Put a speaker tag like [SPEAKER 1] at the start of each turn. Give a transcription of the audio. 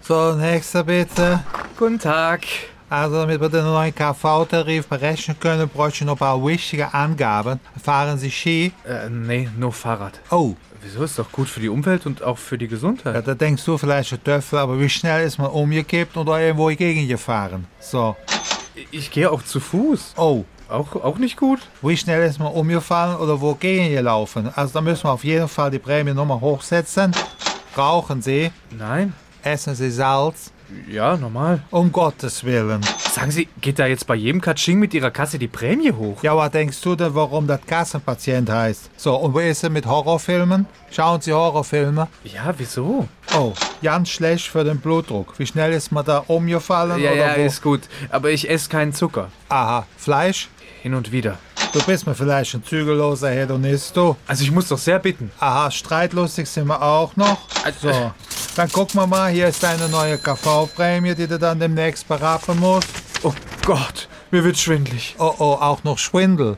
[SPEAKER 1] So, nächster bitte.
[SPEAKER 2] Guten Tag.
[SPEAKER 1] Also damit wir den neuen KV-Tarif berechnen können, bräuchte ich noch ein paar wichtige Angaben. Fahren Sie Ski?
[SPEAKER 2] Äh, nee, nur Fahrrad.
[SPEAKER 1] Oh,
[SPEAKER 2] Wieso ist doch gut für die Umwelt und auch für die
[SPEAKER 1] ja,
[SPEAKER 2] Gesundheit?
[SPEAKER 1] da denkst du vielleicht ein Töffel, aber wie schnell ist man umgekippt oder irgendwo gegengefahren? So,
[SPEAKER 2] Ich gehe auch zu Fuß.
[SPEAKER 1] oh,
[SPEAKER 2] Auch, auch nicht gut?
[SPEAKER 1] wie schnell ist man umgefallen oder wo gegengelaufen? Also da müssen wir auf jeden Fall die Prämie nochmal hochsetzen. Rauchen Sie?
[SPEAKER 2] Nein.
[SPEAKER 1] Essen Sie Salz?
[SPEAKER 2] Ja, normal.
[SPEAKER 1] Um Gottes Willen.
[SPEAKER 2] Sagen Sie, geht da jetzt bei jedem Katsching mit Ihrer Kasse die Prämie hoch?
[SPEAKER 1] Ja, was denkst du denn, warum das Kassenpatient heißt? So, und wo ist er mit Horrorfilmen? Schauen Sie Horrorfilme?
[SPEAKER 2] Ja, wieso?
[SPEAKER 1] Oh, ganz schlecht für den Blutdruck. Wie schnell ist man da umgefallen
[SPEAKER 2] Ja,
[SPEAKER 1] oder
[SPEAKER 2] ja,
[SPEAKER 1] wo?
[SPEAKER 2] ist gut. Aber ich esse keinen Zucker.
[SPEAKER 1] Aha, Fleisch?
[SPEAKER 2] Hin und wieder.
[SPEAKER 1] Du bist mir vielleicht ein zügelloser Hedonist, du.
[SPEAKER 2] Also ich muss doch sehr bitten.
[SPEAKER 1] Aha, streitlustig sind wir auch noch.
[SPEAKER 2] Also-
[SPEAKER 1] So, dann gucken wir mal, hier ist deine neue KV-Prämie, die du dann demnächst berappen musst.
[SPEAKER 2] Oh Gott, mir wird schwindlig.
[SPEAKER 1] Oh oh, auch noch Schwindel.